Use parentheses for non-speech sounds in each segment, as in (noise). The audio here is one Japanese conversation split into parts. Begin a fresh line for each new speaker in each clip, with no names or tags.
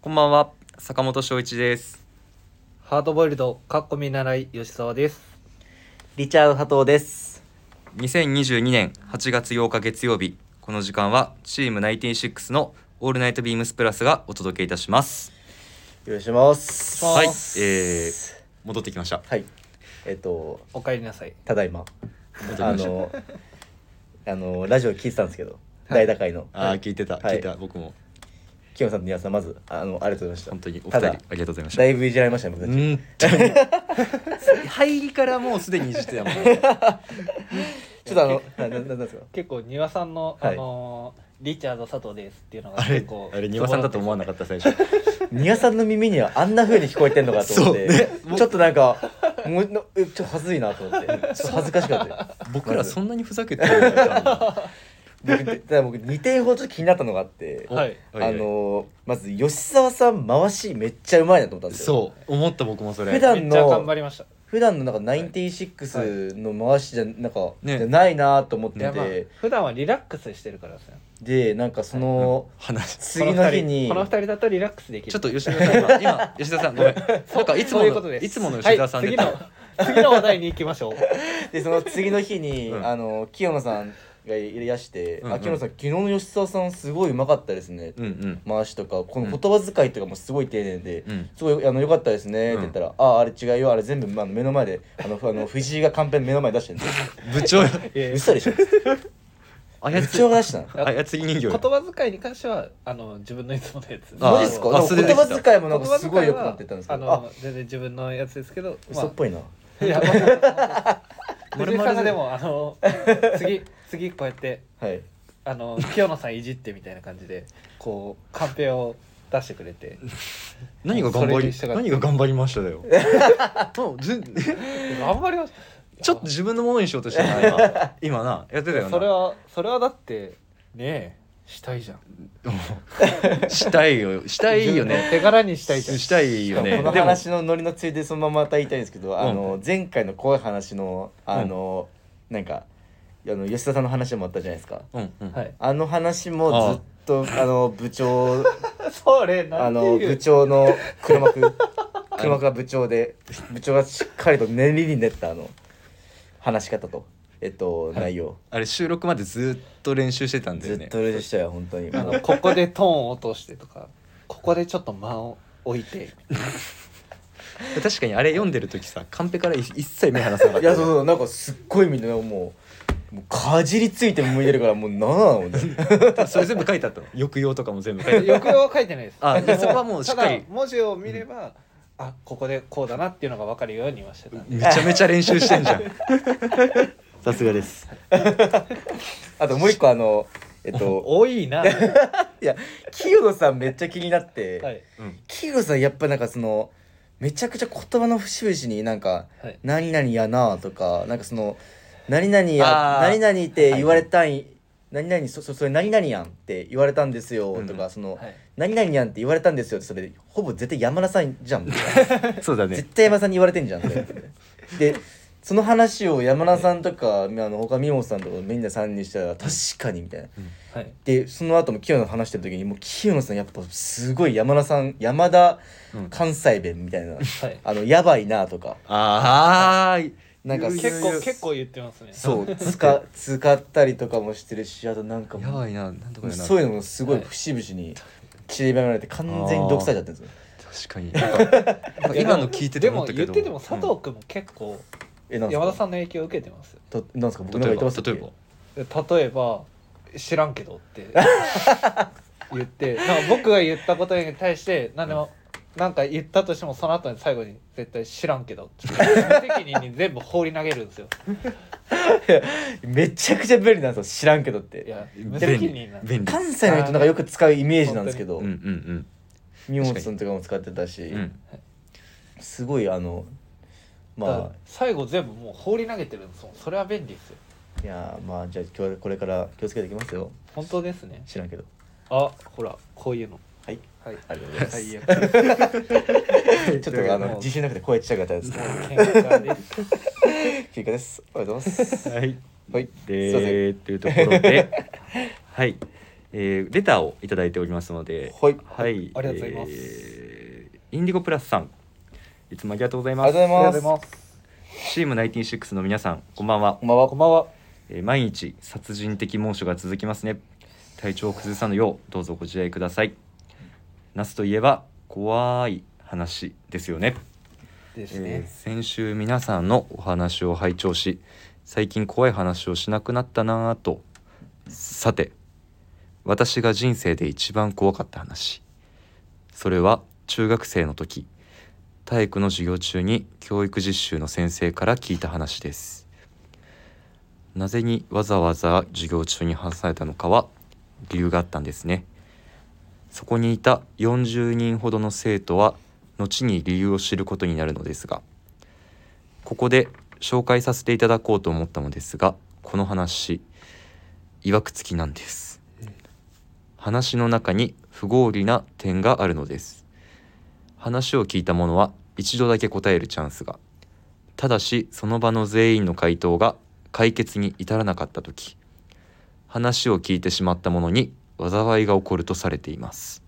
こんばんは、坂本翔一です。
ハードボイルド、かっこ見習い、吉沢です。
リチャード波頭です。
2022年8月8日月曜日、この時間はチーム96のオールナイトビームスプラスがお届けいたします。
よろしくお願いします。
は
はいい、えー、戻ってきました。
はい。えっと、
おかえりなさい。
ただいま、
戻ってき
あ
ました。
の、あの、ラジオ聞いてたんですけど、
は
大
い
打開の。
あー、聞いてた、
は
聞
い
いてた、僕も
キムさんとニワさん、まず、あの、ありがとうございました。
本当にお二人あ
ただ
りがとうございました。
だいぶいじられましたね、僕たち。
ん。 (laughs) 入りからもうすでにいじってたもん、
ちょっとあの、な、な、ななんですか
結構、庭さんの、
はい
あのーリチャード佐藤ですっていうの
(laughs)
が
あれ
結構、
あれ庭さんだと思わなかった最初。
ニワさんの耳にはあんな風に聞こえてんのかと思って、
そうねもう
ちょっとなんか、もう、のえちょっと恥ずいなと思って、ちょっと恥ずかしかったです。
(laughs) 僕らそ
ん
んなにふざけてるの (laughs) か
僕、ただ僕、2点ほど気になったのがあって
な。、
はい
お
あ、の、まず、吉沢さん、回しめっちゃうまいなと思ったんですよ。
そう、思った僕もそれ。
普段
めっちゃ頑張りました。
普段のなんか96の回しじゃなんか、
ね
じゃないなと思って
い
て、
やまあ、普段はリラックスしてるからですね。
でなんかその、
話。
次の日に
この二人この二人だとリラックスできる。
ちょっと吉田さん
(laughs)
今今吉田さんごめんなんかいつも
そう
の
いうことです
つもの吉田さん
は
で、
い、次の、次の話題に行きまし
(laughs)
ょう。
でその次の日に、
うん
あの清野さんがいらして「
うんうん
あ清野さん昨日の吉沢さんすごいうまかったですね」
うんうん
回しとかこの言葉遣いとかもすごい丁寧で。
うん
すごいあの良かったですねって言ったら「あああれ違うよあれ全部、まあ、目の前であのふあの藤井がカンペ目の前に出してるんで
部長
いやいや
嘘でしょ
操り操
部長が出したの
り人形
言葉遣いに関しては、あの、自分のいつものやつ。
あー
マジっすか
あ
なんか
忘れて
言
た
葉遣いもなん
言
か
葉遣いは
すごい良くなってたんですけど
あ
あ
の全然自分のやつですけど、まあ
嘘っぽいな、
いや、まあ、
丸
(laughs) 藤
々
井さんがでも、あ (laughs) の、次、次こうやって、
はい
あの、清野さんいじってみたいな感じで、こう、カンペを出してくれて。
何が頑張
それと
り
一緒だ
何が頑張りましただよ (laughs) もうず
頑張りまし
ちょっと自分のものにしようとしてたな
(laughs)
今今なやってたよ
た。
な
それは、それはだって、ねえ、したいじゃん。
うんしたい
(laughs)
よしたいよ
自分の
ね
手柄にしたいじゃん。
したいよね
この話のノリのついでそのまままた言いたいんですけど、あの前回の怖い話のあの、なんかあの吉田さんの話もあったじゃないですか
うんうん
はい。
あの話もずっとあの部長
それ、 (laughs) な
あ
ん
の
てい
部
う。
長の黒幕黒幕が部長で部長がしっかりと練りに練ったあの話し方とえっと、内容
あれ収録までずっと練習してたんだ
ず
よ
っ
ね
と練習したよ本当に
あのここでトーンを落としてとか、ここでちょっと間を置いて。
確かにあれ読んでる時さカンペから一切目離さなかっ
(laughs) い
たよ
や
ね
そうそうなんかすっごいみんなもうもうかじりついて向いてるからもう何なのみたいな
それ全部書いてあったの抑揚とかも全部
(laughs)
書いてあった
抑揚は書いてないです。
あでそこはもうしっかり
ただ文字を見れば、あここでこうだなっていうのが分かるようにはしてたんで
めちゃめちゃ練習してんじゃん。
(laughs) さすがです。 (laughs) あともう一個あの、えっと、
多いな、はい
や、清野さんめっちゃ気になって、
い
清野さんやっぱなんかその、めちゃくちゃ言葉の節々になんか、
はい、
何々やなとか、なんかその、何々や、
あー
何々って言われたい、何々、そ、そそれ何々やんって言われたんですよとか、
うん
その、
はい
何々やんって言われたんですよってそれほぼ絶対山田さんじゃん
そうだ
絶。対山田さんに言われてんじゃんそれ
(laughs)
でその話を山田さんとか、あの他美穂さんとかみんなさんにしたら確かにみたいな
はい、
でその後も清野の話してる時にもう清野さんやっぱすごい山田さん山田
うん
関西弁みたいな、
はい
あのやばいなとか
ああ、
なんか
結
いやいや
構結構言ってますね
そう使使ったりとかもしてるしあとなんか
や
も
ばいな、なんとか
う
やな。
そういうのもすごい
はい
節々に散りばめられて完全に毒されちゃってるんですよ
確かに。なんか今の聞いてて
で
思
も
ったけ
言っ
ど。
てても佐藤君も結構
えなんすか
山田さんの影響を受けてますよ
となんですか僕
うん
なん
例え
か言ってま
ば、
すっけ
例えば。
例えば「知らんけど」って
(laughs)
言ってなんか僕が言ったことに対して何でも、なんか言ったとしてもその後に最後に絶対「知らんけど」って無責任に全部放り投げるんですよ
めちゃくちゃ便利なんですよ知らんけどっ
い
て
や
便
無
利
責任な
便利。
関西の人なんかよく使うイメージなんですけど
うんうん
美穂さんとかも使ってたし、
うん。うん。
すごいあの
だか
ま
ら最後全部もう放り投げてるんですもんそれは便利ですよ
あいやーまあじゃあ今日はこれから気をつけていきますよ
本当ですね
知らんけど
あほらこういうの
はい
はい
ありがとうございます、
最悪
ちょっとあの
もう
自信なくて声ちっちゃかったやつ (laughs) です
喧嘩です
結果ですありがとうございます
はい。
はいすいません
(laughs) でーっていうところで、はい。えーレターをいただいておりますので、
はい
はい、
ありがとうございます
えーインディゴプラスさん、いつもありがとうござい
あ
ま
りが
す。
とうございます
す。
チームナインティシックスの皆さん、こんばんは
こん。ばんは
こんばんは。
えー毎日殺人的猛暑が続きますね。体調を崩さぬよう、どうぞご自愛ください。夏といえば怖い話ですよね。
です
えー
ね。
先週皆さんのお話を拝聴し最近怖い話をしなくなったなぁとさて私が人生で一番怖かった話それは中学生の時体育の授業中に教育実習の先生から聞いた話ですなぜにわざわざ授業中に話されたのかは理由があったんですねそこにいた40人ほどの生徒は後に理由を知ることになるのですがここで紹介させていただこうと思ったのですがこの話いわくつきなんです話の中に不合理な点があるのです話を聞いた者は一度だけ答えるチャンスがただしその場の全員の回答が解決に至らなかった時話を聞いてしまった者に災いが起こるとされています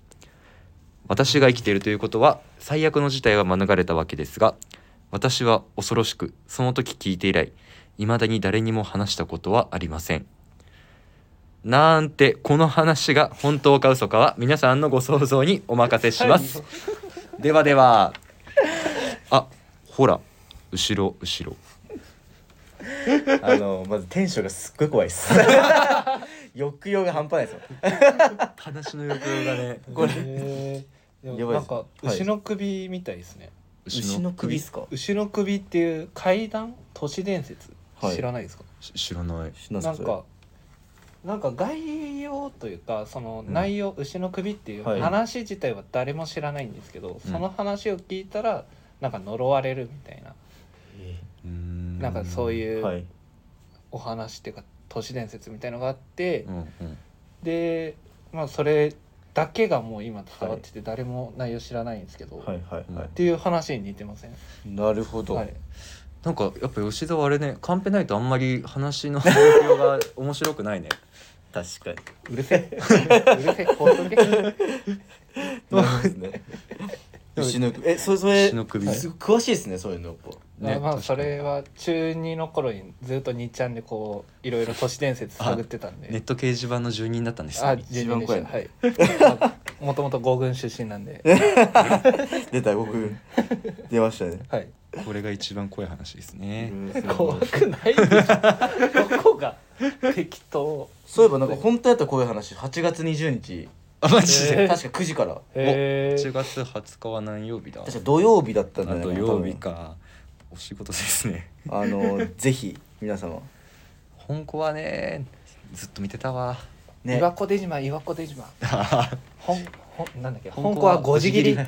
私が生きているということは最悪の事態は免れたわけですが私は恐ろしくその時聞いて以来未だに誰にも話したことはありませんなんてこの話が本当か嘘かは皆さんのご想像にお任せしますではではあほら後ろ後ろ
あのまずテンションがすっごい怖いです (laughs) 抑揚が半端ないですよ
話の欲がね
これ
れ。で
や
もな
ばいで
ん
す
か
はい
牛の首みたいですね。
牛の首ですか
牛の首っていう怪談都市伝説
はい
知らないですか。
し知らない
なん
それ
かなんか概要というかその
うん
内容、牛の首っていう
はい
話自体は誰も知らないんですけど、その話を聞いたらなんか呪われるみたいな、なんかそう
う
い
は
う
い
お話っていうか都市伝説みたいのがあって、
んうん
でまあそれだけがもう今伝わってて誰も内容知らないんですけど、
は
っ
いはいは
ていう話に似てません、
いなるほど、
はい、
なんかやっぱ吉沢あれねカンペないとあんまり話の内容が面白くないね
確かに
うるせえ (laughs) うるせえ放
(laughs)
送局
なるほどね牛の首えそれそれ
牛の首
すごい詳しいですねそういうのやっぱ
ね
(laughs) まあ
確か
そ
に
れは中2の頃にずっと2ちゃんでこういろいろ都市伝説探ってたんで、
ネット掲示板の住人だったんです
あ
ね
自分でした
一番怖
はいもともと五軍出身なんで、
出た僕出ましたね
はい、
これが一番怖い話ですね
怖くないでしょどこが適当
そういえばなんか本当やったらこういう話8月20日
(laughs) あマジ
え
で
ー
確か9時から
へ
1
え
月20日は何曜日だ
確か土曜日だったんだ
あ
よね
土曜日かお仕事ですね
多分あのぜひ皆様
本校はねずっと見てたわ (laughs)
ね
岩子出島岩子出島本本なんだっけ本
校
校は五時切り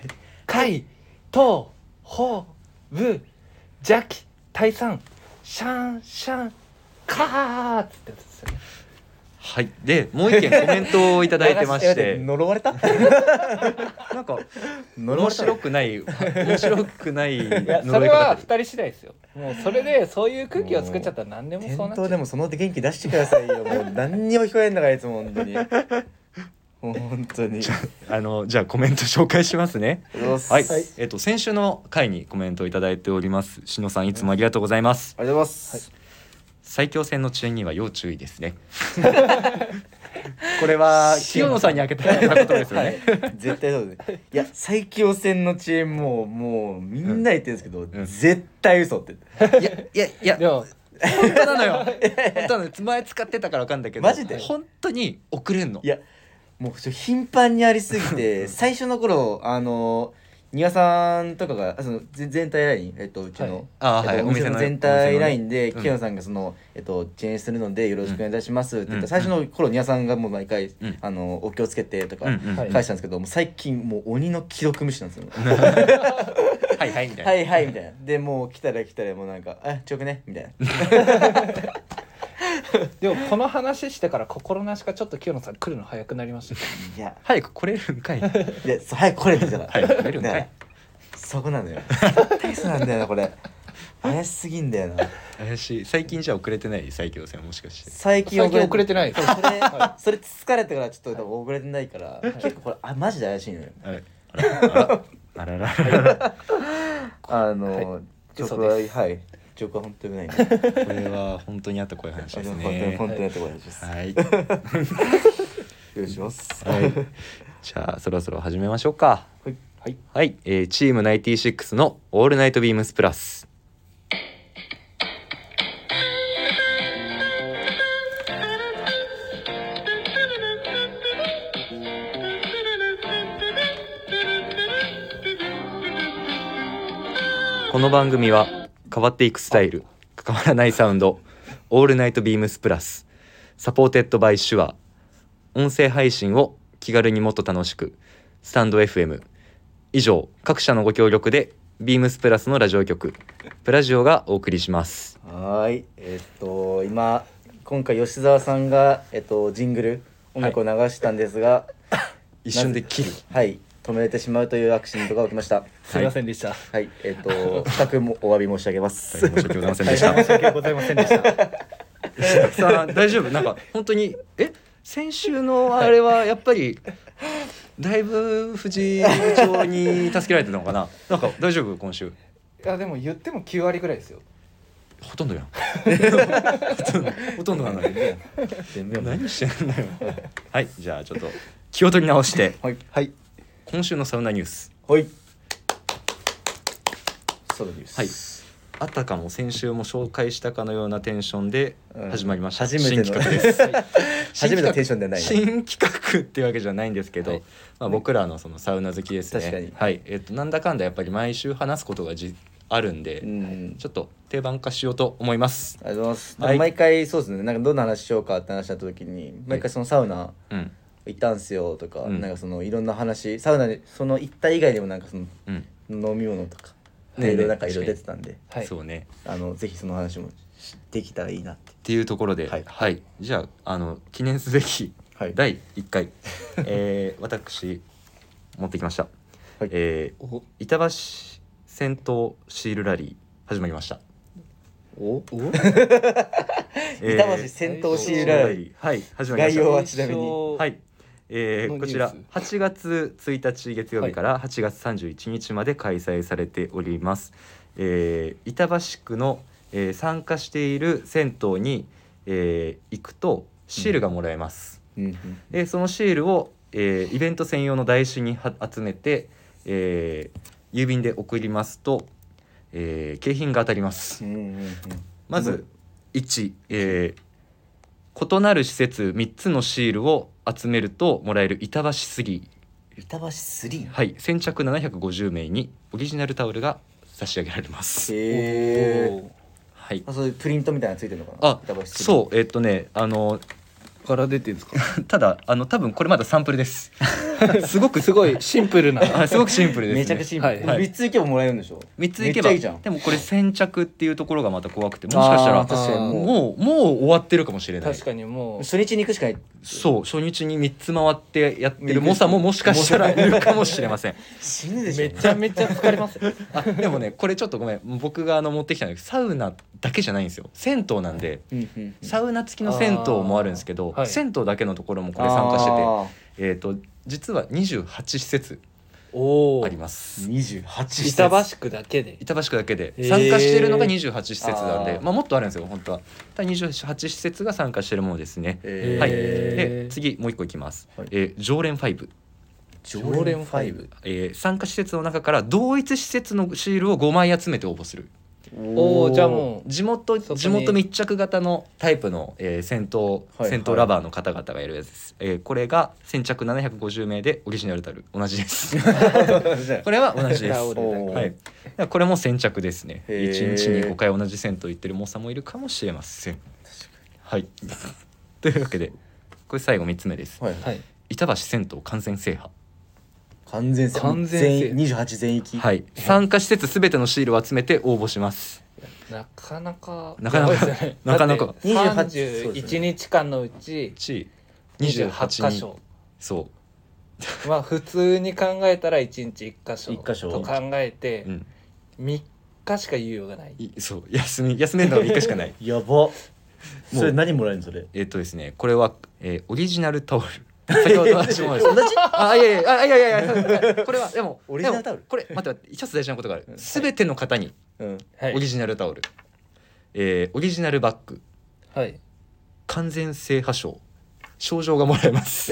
海東北部邪気退散シャンシャンカーっつってやつですよね
はいでもう一件コメントをいただいてま
(laughs)
し
え待って
て
呪われた
なんか面
呪われた
白くない面白くない
いやそ
呪い
れは
方
二人次第ですよもうそれでそういう空気を作っちゃったら何でも
店
そうなっちゃ
頭
う
でもその元気出してくださいよもう何にも聞こえんだからいつも本当にもう本当に
あのじゃあコメント紹介しますねはい、えっと先週の回にコメントをいただいておりますしのさんいつもありがとうございます
ありがとうございます、
最強戦の遅延には要注意ですねこれは清野さんにあげたことですよね、
絶対そうですねいや最強戦のチームももうみんな言ってるんですけど、
ん
絶対嘘って
い、やいやいや
(laughs) でも
本当なのよ本当なのよ前使ってたからわかんだけど
マジで
本当に遅れんの
いやもうちょ頻繁にありすぎて最初の頃あの丹羽さんとかがそのぜ全体ラインえっとうちの、
はい
あー
えっと
はい
お
お
店
店
の
の
全体ライン
お
で
店のね
清野さんがその、えっと遅延するのでよろしくお願いいたしますって言っ
う
た、
ん
最初の頃丹羽さんがもう毎回、
ん
あのお気をつけてとか
うんうん
はい
返したんですけど、もう最近もう鬼の既読無視なんですよ
はいはいみたいな、
はいはいみたいなでもう来たら来たらもうなんか「あちょくね」みたいな
でもこの話してから心なしかちょっと清野さん来るの早くなりましたね
いや
早く来れるんかい
いやそう早く来れって言ったら
早く来れるんかい
ねそこなのよ大差なんだよなこれ怪しすぎんだよな
怪しい最近じゃ遅れてない最強戦もしかして
最近
最近遅れてない
そうそれそれ疲れてからちょっと多分遅れてないから結構これあマジで怪しいのよ
あれあらあらあらあららら
あのジョークは
嘘です
はいジョークは本当にないんで本
これは本当にあったこういう話
当
で
に
す
本
ね
当にやってこないですよ
はい
ろしくお願いします
(laughs) はいじゃあそろそろ始めましょうか
はい
はい
はい、えーチーム96の「オールナイトビームスプラス」この番組は変わっていくスタイル変わらないサウンド「オールナイトビームスプラス」サポーテッドバイシュア音声配信を気軽にもっと楽しくスタンド FM 以上各社のご協力でビームスプラスのラジオ局プラジオがお送りします
はーいえっと今今回吉澤さんがえっとジングル音楽を流したんですが
一瞬で切る
はい止めてしまうというアクシデントが起きました
すいませんでした、
はいえっと深くもお詫び申し上げます
大変申し訳ございませんでし
大変申した訳 (laughs) ございませんでした
さあ大丈夫なんか本当にえ先週のあれはやっぱりだいぶ藤井部長に助けられてたのかななんか大丈夫今週
いやでも言っても9割ぐらいですよ
ほとんどやん (laughs) ほとんどほとんどなのに
全部
何してんのよはいじゃあちょっと気を取り直して
はいはい
今週のサウナニュース
はいソロニュース
はいあたかも先週も紹介したかのようなテンションで
うん
始まりました、
初めて
新
の
企画です (laughs)
初めてのテンションではないね
新企画っていうわけじゃないんですけど、
はい
まあ、僕らのそのサウナ好きですね
確かに
はいえっと、なんだかんだやっぱり毎週話すことがじあるんで、
うん
ちょっと定番化しようと思います
ありがとうございます。
はい
毎回そうですね。なんかどんな話しようかって話した時に、毎回そのサウナ
うん
行ったんすよとか、
うん
なんかそのいろんな話、サウナでその行った以外でもなんかその
うん、
飲み物とか、
ねえ
いろいろなんか
ねえ
色々出てたんで、
はい
そうね
あのぜひその話もできたらいいなって。
っていうところで、は
はいい
じゃああの記念すべき
はい
第1回、
(laughs)
えー私持ってきました、
はい
えー
お
板橋戦闘シールラリー始まりました、
お
お
えー
(laughs) 板橋戦闘シールラリー。
はい始まりまし
概要
た
はちなみに
はいえー
のニュー
こ
ス
ちら8月1日月曜日から8月31日まで開催されております、えー板橋区の、えー参加している銭湯に、えー行くとシールがもらえます、
うんうん
でそのシールを、えーイベント専用の台紙には集めて、えー郵便で送りますと、えー景品が当たりま
う
す。
んうんうん
まず1、えー異なる施設3つのシールを集めるともらえる板橋スリ
板橋スリ
ー、
ー。
はい、先着750名にオリジナルタオルが差し上げられます。
へ
お
ー
ー
はい、
あそういうプリントみたいなのついてるのかな。
あ
板橋スリー
そうえっとねあの
から出てるんですか
ただあの多分これまだサンプル
(laughs)
です。すごく
すごいシンプルな
あすごくシンプルです、ね。
めちゃくちゃシンプ
は
ル。
い
はい
三つ行けばもらえるんでしょ。
3ついけば
めっちゃいいじゃん。
でもこれ先着っていうところがまた怖くてもしかしたら
あー確かに
あー
もう
もうもう終わってるかもしれない
確かにもう
初日に行くしかない
そう初日に3つ回ってやってる猛者ももしかしたらいるかもしれません
死ぬでしょ
めちゃめちゃ疲れます
(laughs)
よ
あでもねこれちょっとごめん僕があの持ってきたんだけどサウナだけじゃないんですよ銭湯なんで
うんうんうん
サウナ付きの銭湯もあるんですけど、
あーはい
銭湯だけのところもこれ参加してて
あ
えっ、と実は28施設
おお
あります
ー28施設
板橋区だけで
板橋区だけで
へー
参加してるのが28施設なんで、
あー
まあ、もっとあるんですよ本当はただ28施設が参加してるものですね、
えー
はい、
へー
で次もう一個いきます、
はい
えー常連5、
常連ファイブ
えー参加施設の中から同一施設のシールを5枚集めて応募する
おおじゃあもう
地元
そこに
地元密着型のタイプの、えー、戦闘
はい
戦闘ラバーの方々がいるやつです、えーこれが先着750名でオリジナルタル同じですこれは同
(laughs)
じです
タオルだけ
はい、だからこれも先着ですね
へー
1日に5回同じ銭湯行ってる猛者もいるかもしれませんはい (laughs) というわけでこれ最後3つ目です
はい
はい
板橋銭湯完全制覇
完全
完
全
全
全員28全域
はいい参加施設すべてのシールを集めて応募します
なかなか
なかなか
やばいですよね
なかなか
だって
28
31日間のうち
1 28
28
人
箇所
そ
まあ普通に考えたら1日1箇所
一箇所
と考えて
う、うん、
3日しか言いようがない
いそう休み休めるのが3日しか
(laughs)
ない
やばそれ何もらえるのそれ
えっとですねこれは、えーオリジナルタ
(laughs)
オル先ほど私もですあいやいやあいやいやいやいやこれはでも
オリジナルタオル
でもこれ待って待って一つ大事なことがある
うん
すべての方に
うん
はい
オリジナルタオル、えーオリジナルバッグ
はい
完全性破傷症状がもらえます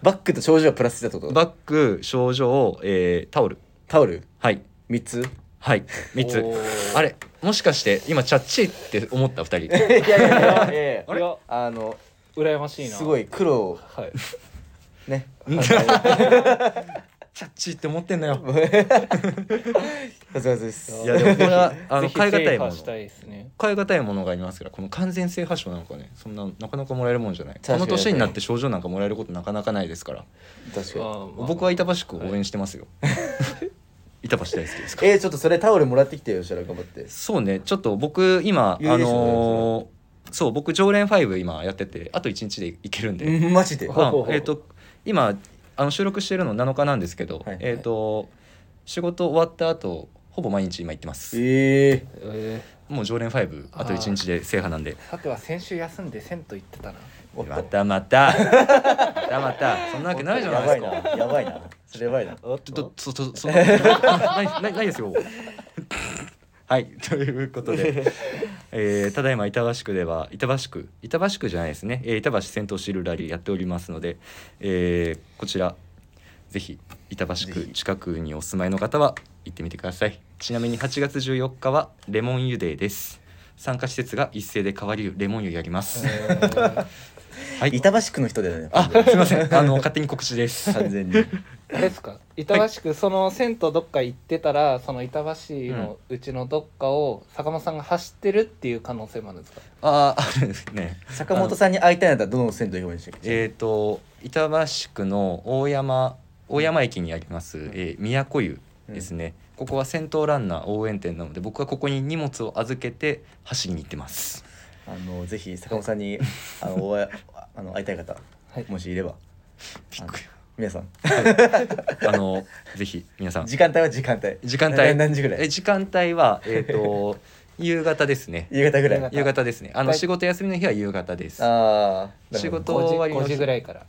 バッグと症状がプラスだってこと
バッグ症状、えータオル
タオル
はい
3つ
はい3つあ
れ
れもしかして今チャッチーって思った2人
いやいやいやいやいや
あれ
あの
羨ましいな
すごい黒を
はい
ね
チャッチーって思ってんのよ
お疲れ様です
いやでもこれはあの
ぜひ
変え難いも
制
の
覇したいですね
変え難いものがありますからこの完全性破傷なんかねそんななかなかもらえるもんじゃない
確か
こ
に
の年になって症状なんかもらえることなかなかないですから
確か
あ
に
ーまあ
僕は板橋区を応援してます (laughs) よ、板橋大好きですから
えー、ちょっとそれタオルもらってきてよしら頑張って
そうねちょっと僕今あ
有利ですよね
のーそう僕常連5今やっててあと1日でいけるんで、
うんマジで
ほう
まあ
ほうほう
えっ、と今あの収録してるの7日なんですけど、
はいはい
えっ、と仕事終わった後ほぼ毎日今行ってます
え
え
もう常連5あと1日で制覇なんで
ーさては先週休んで銭湯行って
(laughs)
たな
ー、
またまたまたまたそんなわけないじゃないです
やばい
か
なやばいなそれやばいな
おっ
ちょっとそそ
(laughs)
そんなないないないですよはい (laughs) ということで、
(laughs)
えーただいま板橋区では板橋区板橋区じゃないですね、えー板橋戦闘シルラリーやっておりますので、えーこちらぜひ板橋
ぜ
区
ひ
近くにお住まいの方は行ってみてくださいちなみに8月14日はレモン湯デーです参加施設が一斉で変わり湯レモン湯やります、はい
板橋区の人だよね
あすいませんあの勝手に告知です
完全に
あれですか板橋区その銭湯どっか行ってたらその板橋のうちのどっかを坂本さんが走ってるっていう可能性もあるんですか
あーあね
坂本さんに会いたいんだったらどの銭湯表現してく
えー、と板橋区の大山大山駅にあります、えー、宮古湯ですね、ここは先頭ランナー応援店なので僕はここに荷物を預けて走りに行ってます
あのぜひ坂本さんにあのお会いあの会いたい方、
はい
もしいれば
びっくり
皆さん
あのぜひ皆さん
時間帯は時間帯
時間帯
な何時ぐら
え
い
時間帯はえっ、と夕方ですね
夕方ぐらい
夕
あ
夕方ですねあの
はい
仕事休みの日は夕方です
あー
仕事
5時
終わりの
5時ぐらいから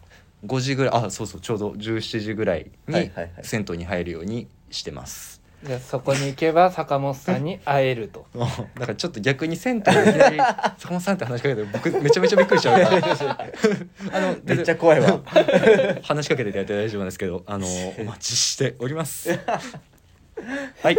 5時ぐらいあそうそうちょうど17時ぐらい
はい
に
はいはい
銭湯に入るようにしてます
じゃあそこに行けば坂本さんに会えると
もうだからちょっと逆に銭湯でいき (laughs) なり「坂本さん」って話しかけて僕めちゃめちゃびっくりしちゃうからあの
めっちゃ怖いわ
(laughs) 話しかけていただいて大丈夫なんですけど (laughs) あのお待ちしております (laughs) はい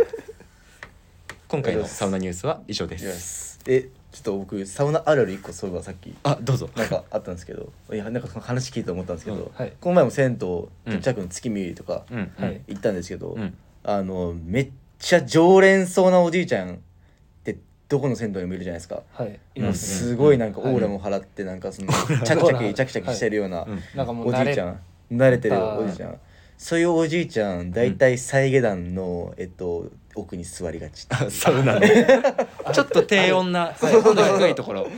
今回のサウナニュースは以上で
い
す
ますえちょっと僕サウナあるある一個そういえばさっき
あどうぞ
なんかあったんですけどいやなんか話聞いて思ったんですけど、
うん
はい
この前も銭湯近くの月見とか
うん
はい
行ったんですけど、
うん
あのめっちゃ常連そうなおじいちゃんってどこの銭湯にもいるじゃないですか
はいい
ん
ま
もう
すね
すごいなんかオーラも払ってなんかそのチャキチャキチャキチャキしてるような
うん
なんかもう
お
慣
じい
れ
ちゃん慣れてるおじいちゃんそういうおじいちゃん大体再下段のえっと奥に座りがち
あ (laughs) サウナのちょっと低温な温度低いところ
はい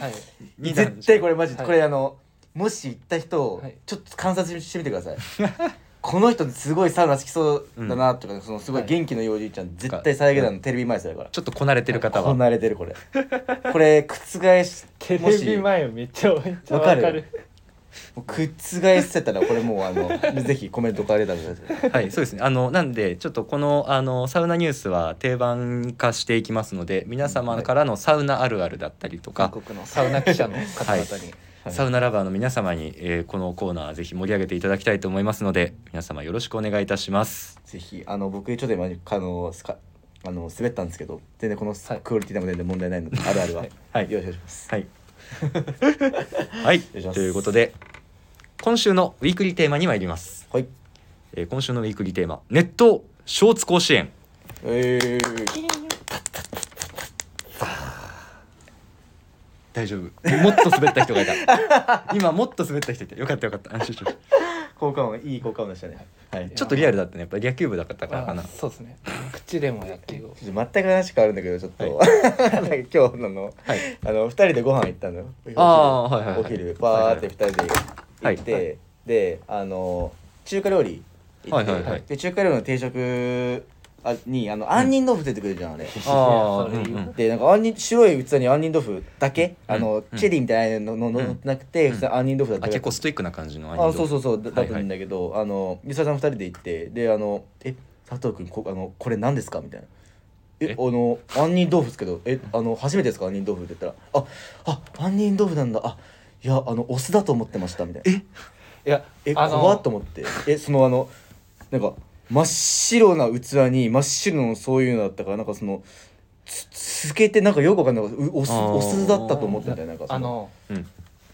になるんで
絶
すよ
対これマジで
はい
これあのもし行った人を
はい
ちょっと観察してみてください (laughs) この人すごいサウナ好きそうだなとかそのすごい元気のいいおじいちゃん絶対再下段のテレビ前ですよだから
ちょっとこなれてる方
こ
は
なれてるこれこれ覆し
テ
も
レ
し
ビ前めっちゃめっちゃ
わか
わ
る
かる
もう覆せたらこれもうあのぜひコメントかられたら
はい、そうですね。あのなんでちょっとこのあのサウナニュースは定番化していきますので、皆様からのサウナあるあるだったりと
韓
か、
国のサウナ記者の方々に
はい
サウナラバーの皆様に、えーこのコーナーぜひ盛り上げていただきたいと思いますので、皆様よろしくお願いいたします。
ぜひあの僕ちょっと今あのすかあの滑ったんですけど全然この
はい
クオリティでも全然問題ないので、あるあるは、
はい
よろしくお願いします
はい。はい、
お願いします
ということで今週のウィークリーテーマに参ります。
はい
えー今週のウィークリーテーマ、熱湯ショーツ甲子園。
えー、
大丈夫。もっと滑った人がいた。今もっと滑った人いた。よかったよかった。安心しました
効果音いい効果音でしたねはい
ちょっとリアルだったね。やっぱり野球部だったからかな
あ。そうですね口でも野球を
ちょっと全く話変わるんだけどちょっと、 (laughs) なんか今日のの,、
はい
あの2人でご飯行ったのよ
あーはいはいはい
お昼バーって2人で行って、
はい
であの中華料理行って、
はいはいはい
で中華料理の定食あにあの杏仁豆腐出てくるじゃんあれ
ああ、
いやそれいいよ
うん
でなんか杏仁白い器に杏仁豆腐だけあの
うん
チェリーみたいなのののなくて普通に杏仁豆腐だ
あ
け
結構ストイックな感じのアニメ
あそうそうそうだ
は
だっ
いは
た
い
んだけど、あの三沢さん二人で行ってであの「え佐藤君こあのこれ何ですか?」みたいな「え
え
あの杏仁豆腐ですけどえあの初めてですか杏仁豆腐」って言ったら「ああ杏仁豆腐なんだあいやあのお酢だと思ってました」みたいな「
いや
え
あ
怖っ」と
の
思ってえそのあのなんか真っ白な器に真っ白のそういうのだったからなんかそのつつけてなんかよくわかんなかったうお酢
あー
お酢だったと思ってたよなんかそ
あの
うん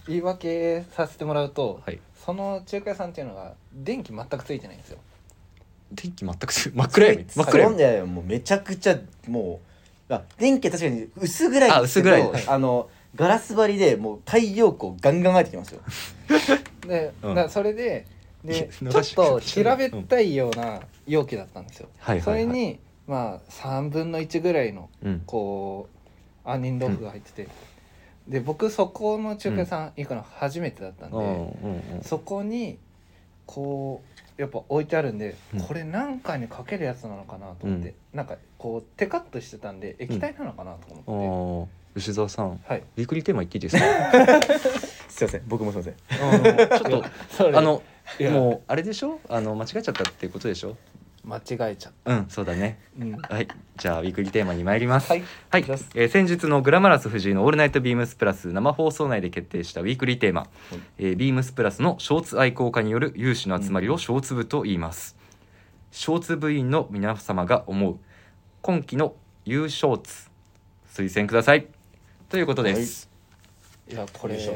言い訳させてもらうと、
はい
その中華屋さんっていうのが電気全くついてないんですよ
天気全く (laughs) す真っ暗闇真っ暗
そうい
闇
やいやもうめちゃくちゃもうあ電気は確かに薄暗い
あ薄暗い
ですけどあのガラス張りでもう太陽光ガンガン入ってきますよ
で、
うん
だからそれでで
流
ちょ
し
っと平べったいような容器だったんですよ、
はい
そ
はい
れ
はい
にまあ3分の1ぐらいの
うん
こう杏仁豆腐が入ってて、で僕そこの中華屋さん行くの初めてだったんで、
うんうんうん
そこにこうやっぱ置いてあるんで、
うん
これ何回にかけるやつなのかなと思って、なんかこうテカッとしてたんで液体なのかなと
あ
思っ
ー
て、
吉澤さんウ
はい
ィークリーテーマ言っていいですか
すいません僕もすいません
ちょっ
(laughs) それ
とあの
いや
もうあれでしょあの間違えちゃったっていうことでしょ
間違えちゃっ
うんそうだね
た、うん
はいじゃあウィークリーテーマに参ります
はい
はい、
出す
えー先日のグラマラス藤井の「オールナイトビームスプラス」生放送内で決定したウィークリーテーマ、えービームスプラスのショーツ愛好家による有志の集まりをショーツ部と言います、ショーツ部員の皆様が思う今期の優ショーツ推薦くださいということです、
いやこれ
よいしょ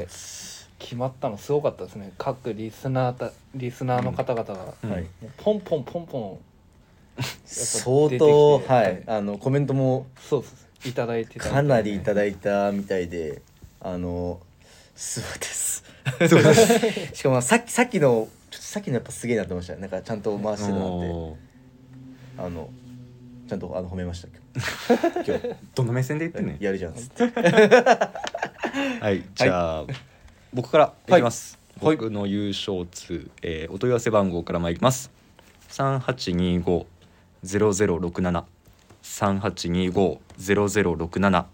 決まったのすごかったですね各リスナーたリスナーの方々が、
うん
はい
ポンポンポンポン
相
出てき
当
て
はいあのコメントも
そうですいただいてたんで
かなりいただいたみたいであのすご
(laughs)
いです
そうです
しかもさっきさっきのちょっとさっきのやっぱすげえなと思いましたなんかちゃんと回してるなって
おー
あのちゃんとあの褒めました
(laughs)
今日今日
どの目線で言ってんねん
やるじゃんっつって
はい、じゃあ、僕からいきます。僕の優勝通、えーお問い合わせ番号から参ります。三八二五ゼロゼロ六七三八二五ゼロゼロ六七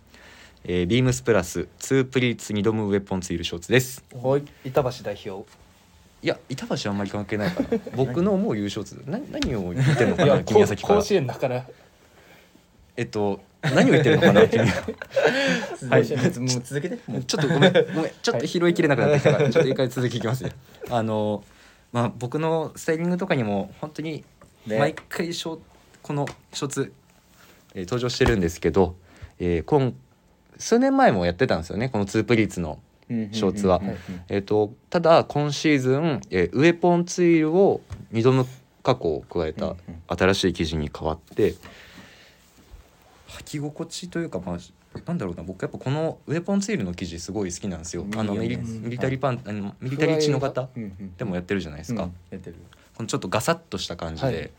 えー、ビームスプラスツープリーツ二度ムウェポンツイルショーツです。
はい板橋代表
(laughs) いや板橋あんまり関係ないから (laughs) 僕の思う優勝通な何を言ってんのか
い
な
や
君
甲
は先から
甲子園だから
えっと何を言ってるのかな君ははい
もう続けてもう
ちょっとごめんごめんちょっと拾いきれなくなってきたから、ちょっと一回続きいきますね。 (laughs) あのまあ僕のスタイリングとかにも本当に
ね
毎回ショ、このショーツ、えー登場してるんですけど、えー今数年前もやってたんですよねこのツープリーツの。ショーツはえー、とただ今シーズン、えーウエポンツイルを2度の加工を加え
うん
た
うん
新しい生地に変わって履き心地というかまあなんだろうな僕やっぱこのウエポンツイルの生地すごい好きなんですよ。あの
い
ミ
い
リ
よね
ミリタリーパンあのミリタリーチの型
うんうん
でもやってるじゃないですか、
うんやってる
このちょっとガサッとした感じで、
はい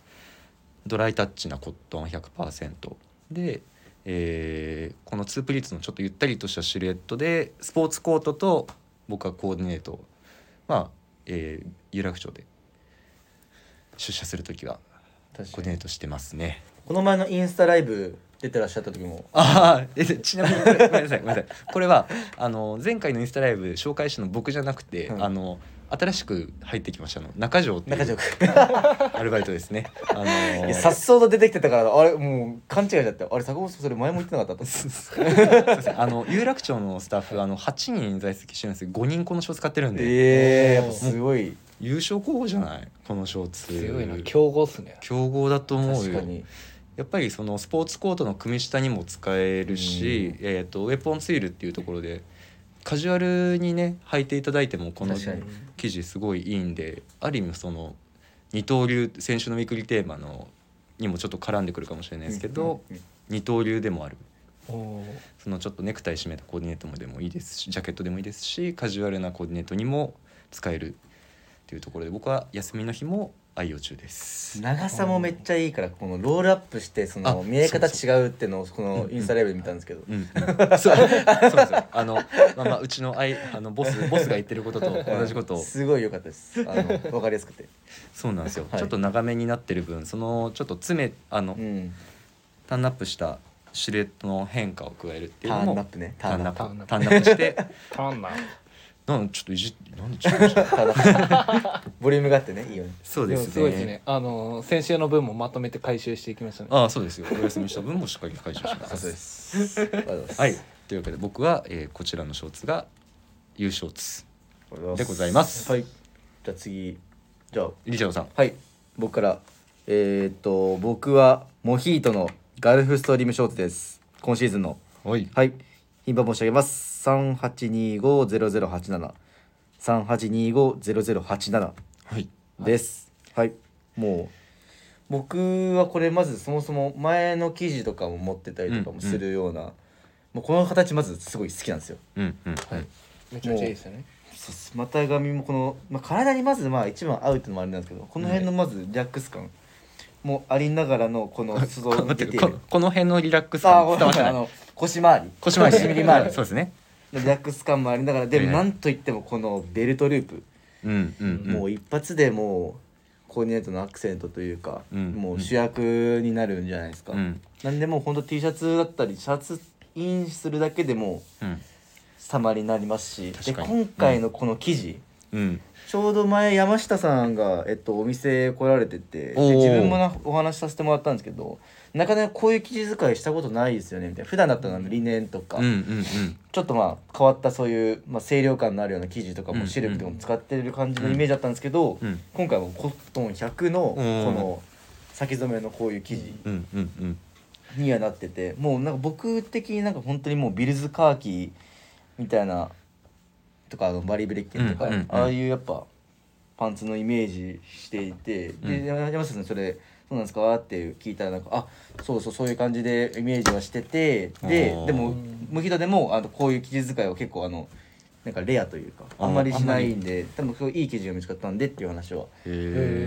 ドライタッチなコットン100%で、えーこのツープリーツのちょっとゆったりとしたシルエットでスポーツコートと僕はコーディネートをまあ、えー有楽町で出社する時は
確
コーディ
かに
ネートしてますね。
この前のインスタライブ出てらっしゃった時も
ああえちなみにこれごめんなさいごめんなさいこれはあの前回のインスタライブ紹介したの僕じゃなくて、
うん
あの新しく入ってきましたあの中条ってい
中条
う
君
アルバイトですね。あ (laughs) の
いやさっそうと出てきてたからあれもう勘違いしちゃってあれ坂本さんそれ前も言ってなかったと
すすいませんあの有楽町のスタッフあの8人在籍してるんですけど5人このショーツ買ってるんで、
ええやっぱすごい
優勝候補じゃないこのショーツ
強いな強豪っすね
強豪だと思う
確か
よ
に
やっぱりそのスポーツコートの組み下にも使えるし、えー、とウェポンツイルっていうところでカジュアルにね履いていただいてもこの
確かに
生地すごいいいんである意味その二刀流先週のウィークリーテーマのにもちょっと絡んでくるかもしれないですけど、
うんうん
二刀流でもある
おー
そのちょっとネクタイ締めたコーディネートもでもいいですしジャケットでもいいですしカジュアルなコーディネートにも使えるっていうところで僕は休みの日も愛用中です
長さもめっちゃいいからこのロールアップしてその
あ
見え方
そう
違うっていうのをこのインスタライブで見たんですけど
うん、うん、そうそうですよあの、まあ、まあうちのあいあのボ (laughs) スボスが言ってることと同じことを
(laughs) すごい良かったですあのわかりやすくて
そうなんですよ、
はい
ちょっと長めになってる分そのちょっと詰めあの、
うん
ターンアップしたシルエットの変化を加えるっていう
タ
の
ーンア
も
ップね
ターンアップタ
ター
ーンア
ンアップ
ップして
たまんな
なんちょっといじってなんでちょっといじって
ターンア
(laughs)
ップボリュームがあってねいいよね
そう
で
で
も
すね
すごいですね。あの先週の分もまとめて回収していきましたね。
ああそうですよお休みした分もしっかり解消しま (laughs)
さすがですすありがとうございます
はいというわけで僕は、えーこちらのショーツが優勝ツでございます
はいじゃあ次じゃあ
リチャードさん
はい僕からえー、っと僕はモヒートのガルフストリームショーツです今シーズンの
はい
はい頻繁申し上げます38250087 38250087
はい
ですはい、もう僕はこれまずそもそも前の記事とかも持ってたりとかもするような、もうこの形まずすごい好きなんですよ
うんうん
はいめちゃめちゃいいですよね。
そうっす股上もこの、まあ、体にまずまあ一番合うっていうのもあれなんですけどこの辺のまずリラックス感もありながらのこの
こ
裾を
待
見
ってて
て
ここの辺のリラックス
さあ
感
ご
伝
めん
わって
なさい
な
あ
い
の腰回り
腰回り
ミリ回 (laughs) り
そうですね
リラックス感もありながらでも
はいは
ないんといってもこのベルトループ、
うんうん、うん、
もう一発でもうコーディネートのアクセントというか、
うん
もう主役になるんじゃないですか、
うん
なんでもうほんと T シャツだったりシャツインするだけでも
うん
様になりますしで
確かに
今回のこの生地、
うん
ちょうど前山下さんが、えっと、お店来られててで
おー
自分もなお話しさせてもらったんですけどなかなかこういう生地使いしたことないですよねみたいな普段だったらあのリネンとか、
うんうんうん
ちょっとまあ変わったそういう、まあ、清涼感のあるような生地とか
う
も
ん
シルクとかも使ってる感じのイメージだったんですけど、
うん
今回はコットン100のこ
うん
の先染めのこういう生地
うんうんうん
にはなっててもうなんか僕的になんか本当にもうビルズカーキみたいなとかあのバリーブレッケンとか、
うんうんうん
ああいうやっぱパンツのイメージしていて、
うん
で山下さんにそれ「そうなんですか?」って聞いたらなんか「あそうそうそういう感じでイメージはしててで
おー
でもムヒドでもあのこういう生地使いは結構あのなんかレアというかあんまりしないんで多分すごいいい生地が見つかったんでっていう話は
へ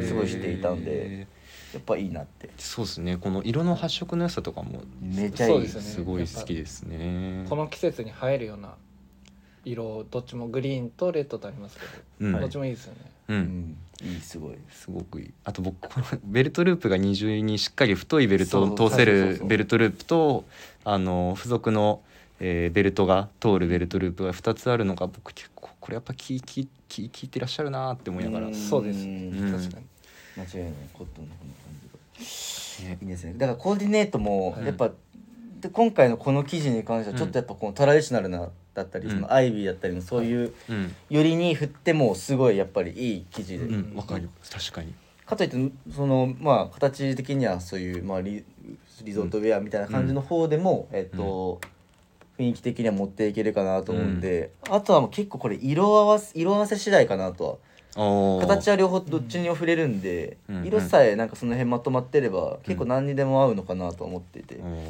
ー
すごいしていたんでやっぱいいなって
そうですねこの色の発色の良さとかも
めちゃいい
そうです
すごい好きですね
この季節に映えるような色どっちもグリーンとレッドとありますけ
う
ど、どっ
ん
ちもいいですよね。
う
うんん、いいすごい。
すごくいいあと僕このベルトループが二重にしっかり太いベルト
そう
を通せ
そうそう
る
そう
ベルトループとあの付属の、えーベルトが通るベルトループが2つあるのが僕結構これやっぱ聞い聞い聞い聞いてらっしゃるなーって思いながら、
うん
そうですね
うん
確かに。
間違いないコットンのこの感じがいいですねだからコーディネートも
はい
やっぱ、で今回のこの記事に関してはちょっとやっぱこのトラディショナルなだったり、
うん
そのアイビーだったりのそういう
うん
よりに振ってもすごいやっぱりいい記事で、
うんわかる確かに
かといってそのまあ形的にはそういう、まあ、リリゾートウェアみたいな感じの方でも、えっと、雰囲気的には持っていけるかなと思うんで、あとはもう結構これ色合わせ色合わせ次第かなとは
おー
形は両方どっちにも触れるんで、
うん
色さえなんかその辺まとまってれば結構何にでも合うのかなと思っていて、
おー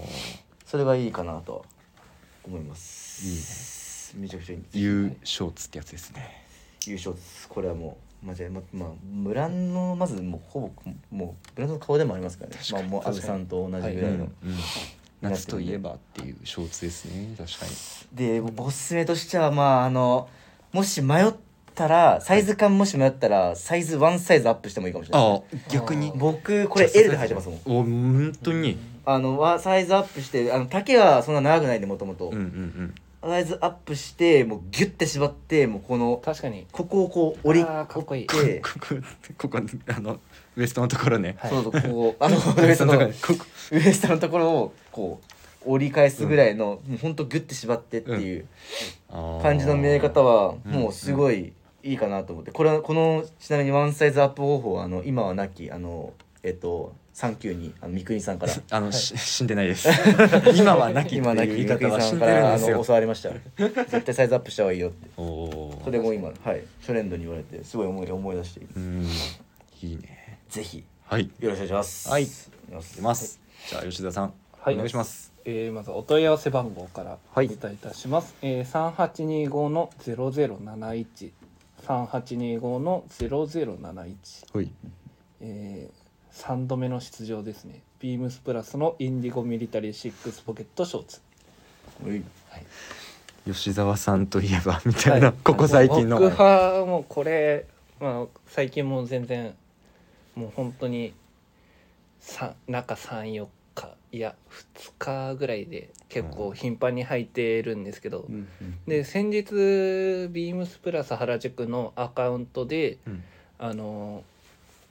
それがいいかなとは思います
いいね
めちゃくちゃいい
優勝つってやつですね
優勝ですこれはもう間違いままあブランドのまずもうほぼもうブランドの顔でもありますからね
確
ま
か
あ
に
もう阿部さんと同じぐらい
う
の、
んうん夏といえばっていうショーツですね確かに
でおすすめとしてはまああのもし迷ったらサイズ感もし迷ったらサイズワンサイズアップしてもいいかもしれない
あ逆に
僕これ L で履いてますもん
お本当に
あのわサイズアップしてあの丈はそんな長くないんでもともと
うんうんうん
サイズアップしてもうギュッて縛ってもうこの
確かに。
ここをこう折り
あーかっこいい
折って
ここここあのウエストのところね、
そうそうこうあのウ
ウ
エ
エス
スト
トの
の
ところねここ
ウエストのところをこう折り返すぐらいの、もうほんとギュッて縛ってっていう
あー
感じの見え方は
うん
もうすごいいいかなと思ってこれはこのちなみにワンサイズアップ方法はあの今はなきあのえっと3級にあの三國さんから
あの、し死んでないです (laughs) 今はなきって
今なき
いう言い
三
方
國
は
さ
死
ん
ん
か
でるん
ら
で
あ
す
の
よ
教わりました絶対サイズアップした方がいいよって
おお
それも今はいトレンドに言われてすごい思い思い出している
うんいいね
ぜひ
はい
よろしくお願いします
はい
お願いし
出ます、じゃあ吉田さん、
はい
お願いします
えー、まずお問い合わせ番号からお
はい
伝えいたします。えー、三八二五のゼロゼロ七一、三八二五のゼロゼロ七一、
はい
えー、3度目の出場ですねビームスプラスのインディゴミリタリーシックスポケットショーツ
うん
吉沢さんといえばみたいな、
はい
(laughs) ここ最近の
僕はもうこれ、まあ、最近もう全然もう本当にさ中34日いや2日ぐらいで結構頻繁に履いてるんですけど、
うん
で先日ビームスプラス原宿のアカウントで
うん
あの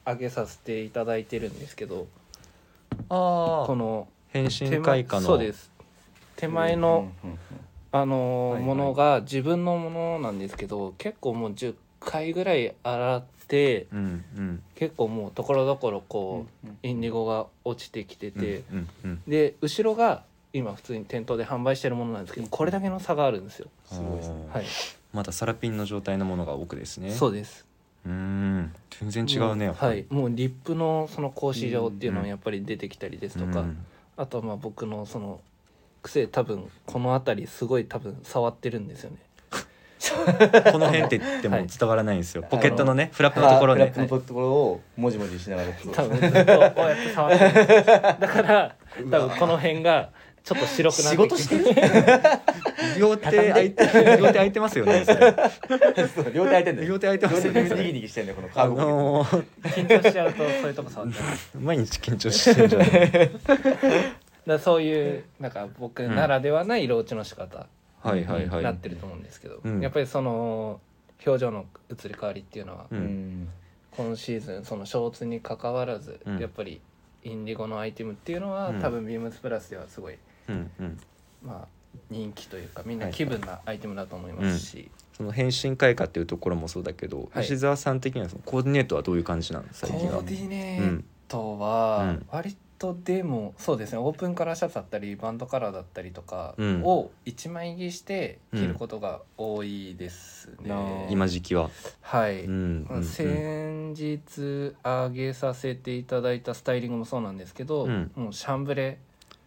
上げさせていただいてるんですけど
あ
この
変
手
身
前
開花の
そうです手前の、
うんうん
あのー
はいはい
ものが自分のものなんですけど結構もう10回ぐらい洗って
うんうん
結構もうところどころこう、
うん
インディゴが落ちてきてて、
うんうん
で後ろが今普通に店頭で販売してるものなんですけどこれだけの差があるんですよ、
うん、
すごいですね
あー
はい、
まだサラピンの状態のものが奥ですね
そううです
うーん全然違うね
も
やっぱ
は
り
いもうリップのその格子状っていうの
う
は
ん
やっぱり出てきたりですとか、
うん
あとはまあ僕のその癖多分この辺りすごい多分触ってるんですよね
この辺って言っても伝わらないんですよ、
い
ポケットのねフラップの
まあ
ところ
ラッ
ね
プのところをもじもじしながらこう
多分ずっとこうやって触ってるんですよだから多分この辺がちょっと白くなってき
仕事してる
両手空いて両手空いてますよねそれ
そう両手空いてんだよ
両手空いてますよ
両
ね
手
そ
ニキ
れ
ニキしてんだよこのカ
あ
ーブ
のー、
緊張しちゃうとそういうとこ触っちゃうだか
毎日緊張してんじゃない
らそういうなんか僕ならではない色落ちの仕方
はいはいはい、
になってると思うんですけど、
うん
やっぱりその表情の移り変わりっていうのは、
う
うんん
今シーズンそのショーツに関わらず、
うん
やっぱりインディゴのアイテムっていうのは、
うん
多分ビームスプラスではすごい
うんうん、
まあ人気というかみんな気分なアイテムだと思いますし、
その変身開花っていうところもそうだけど、
はい
吉澤さん的にはそのコーディネートはどういう感じなん最近
コ
は
ーディネートは
うん
割とでもそうですねオープンカラーシャツだったりバンドカラーだったりとか
うん
を一枚着して着ることが多いですね。
うん
今時期は、
はい、
うんうんうん
先日上げさせていただいたスタイリングもそうなんですけど、
うん
もうシャンブレ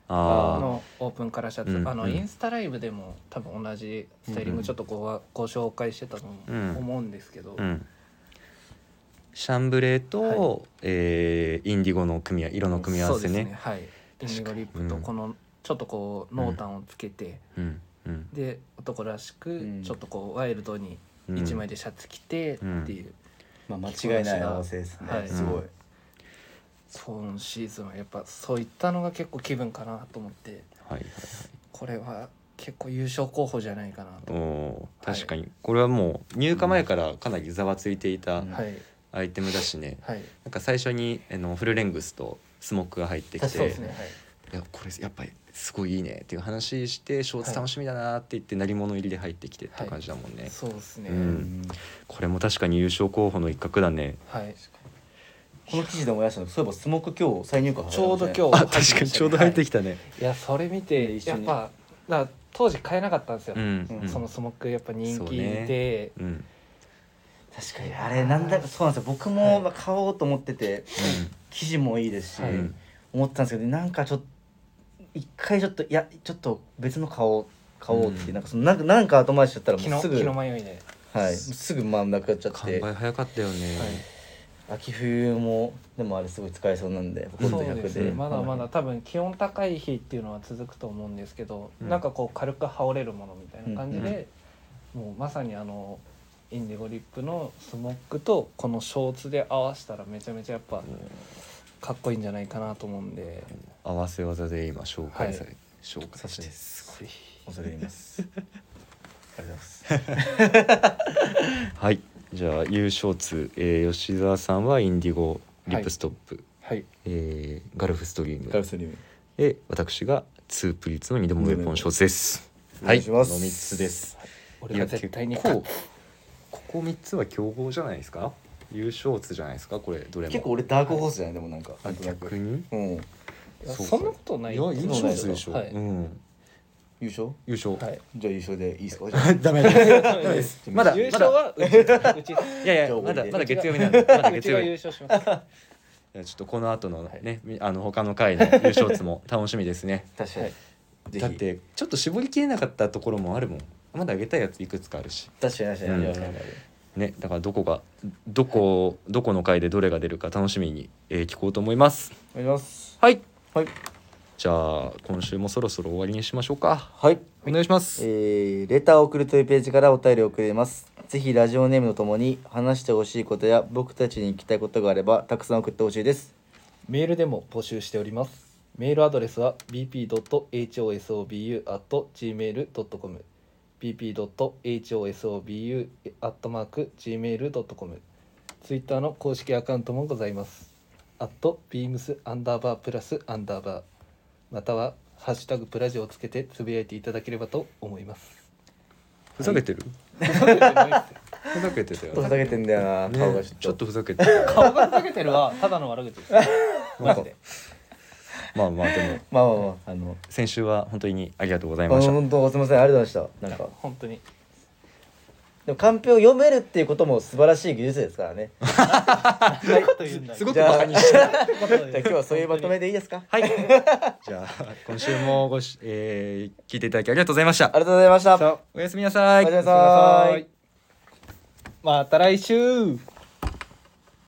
あ
のオープンカラーシャツ、
うん
あの
うん
インスタライブでも多分同じスタイリングちょっとご,、ご紹介してたと
うん
思うんですけど、
あ、うん、シャンブレーと、
は
えーインディゴの組み合色の組み合わせ
そうで
ね
すはいインディゴリップ
う
と
ん
このちょっとこう濃淡をつけて、
うんうん
で男らし
う
く
ん
ちょっとこうワイルドに
うん
1枚でシャツ着てっていう、
まあ間違いない合わせですね、
はい
すごい、
今シーズンはやっぱそういったのが結構気分かなと思って
はいはい
これは結構優勝候補じゃないかなと、
はいおー確かに、これはもう入荷前からかなりざわついていた
うん
はい
アイテムだしね、
はい
なんか最初にあのフルレングスとスモックが入ってき
確か
そう
て
ですね
に
はい
いやこれやっぱりすごいいいねっていう話してショーツ楽しみだなって言って鳴り物入りで入ってきてっていう感じだもんね、
そうですね、
うんこれも確かに優勝候補の一角だね
はい
この記事で思い出したのそういえばスモーク今日再入荷始まりました
ちょうど今日
あ
入ってきま
確
した
かに
ね
ちょうど入ってきたね、
いやそれ見て
一緒
やっ
に
ぱだから当時買えなかったんですよ、
うん、うん、
そのスモックやっぱ人
そう
気
ね
で、
うん、うん
確かにあれなんだかそうなんですよ僕もまあ買おうと思ってて、記事もいいですし、
はい
思ってたんですけどなんかちょっと一回ちょっといやちょっと別の買おう買おうって、
うん
なんかそのなんかなんか後回しちゃったら
気
もう
の
す
気
ぐ
の迷いで、
はいすぐまあなくなっちゃっ
完
て
売早かったよね、
秋冬もでもあれすごい使えそうなんで
うん
ほと
そ
ん
う
ど
で
100
す
で
ねまだま
は
だ多分気温高い日っていうのは続くと思うんですけど、
うん
なんかこう軽く羽織れるものみたいな感じ
うん
で、もうまさにあのインディゴリップのスモックとこのショーツで合わせたらめちゃめちゃやっぱかっこいいんじゃないかなと思うんで、
合わせ技で今紹介され、
は
紹介して
すごい恐れ入りますありがとうございます
はいじゃあ優勝通、えー、吉澤さんはインディゴリップストップ、
はい、
えーガルフストリーム
ガルスリム
で私がツープリッツの二度もウェポン小説です。
お願いします
はい、この三つです。
俺は絶対に
いや
勝
結構
つ
ここ三つは強豪じゃないですか。優勝つじゃないですか。これどれも。
結構俺ダークホースじゃないでもなんかな
あ
んとなく
逆に。
うん
いや
そうか
そんなことないい
や優勝つでしょ。
はい、
うん。
優勝
優勝。
はい
じゃあ優勝でいいですかじゃ
(laughs)
あ
ダメです。
優
(laughs) まだま
勝
だ
はうちう
い
ち
やい
じゃ
や
あ
まだ
終
まだ
わりで
月曜日なん
(laughs)
でまだ
う
月
ち
曜
が
日。い
優勝します
やちょっとこの後のね、みあの他の回の優勝つも楽しみですね。
確かに
はい
ぜひ
だってちょっと絞りきれなかったところもあるもん。まだあげたいやついくつかあるし。
確かに確かに、
うん
いやいやいや
ねだからどこがどこどこの回でどれが出るか楽しみに、えー聞こうと思います
お願いします
はい
はい
じゃあ今週もそろそろ終わりにしましょうか
はい
お願いします
えーレターを送るというページからお便りを送れますぜひラジオネームとともに話してほしいことや僕たちに聞きたいことがあればたくさん送ってほしいです
メールでも募集しております。メールアドレスは bp.hosobu.gmail.com bp.hosobu.gmail.com ツイッターの公式アカウントもございます。アットビームスアンダーバープラスアンダーバーまたはハッシュタグプラジオをつけてつぶやいていただければと思います。
ふざけてる、
顔
ふざけてた
ちょっと
よ
(laughs)
ね
ふざけてんだよな顔が
ね
ち
ち
ょ
ょ
っ
っと
と
ふざけてる
がふざけてるはただの悪口です。マジで。
まあまあでも
まあまあまああの
先週は本当にありがとうございました
本当すみませんありがとうございましたなんか
本 (laughs) 当に。
でもカンペを読めるっていうことも素晴らしい技術ですから (laughs) ね
そういうこと言うんだよ。
すごくバカにしてる
そういうこと言うん
じ
だ
ゃあ
よ
今日はそういうまとめでいいですか
はい (laughs) じゃあ今週もごし、えー聞いていただきありがとうございました
ありがとうございました
さあ
おやすみなさい
おやすみなさい
また来週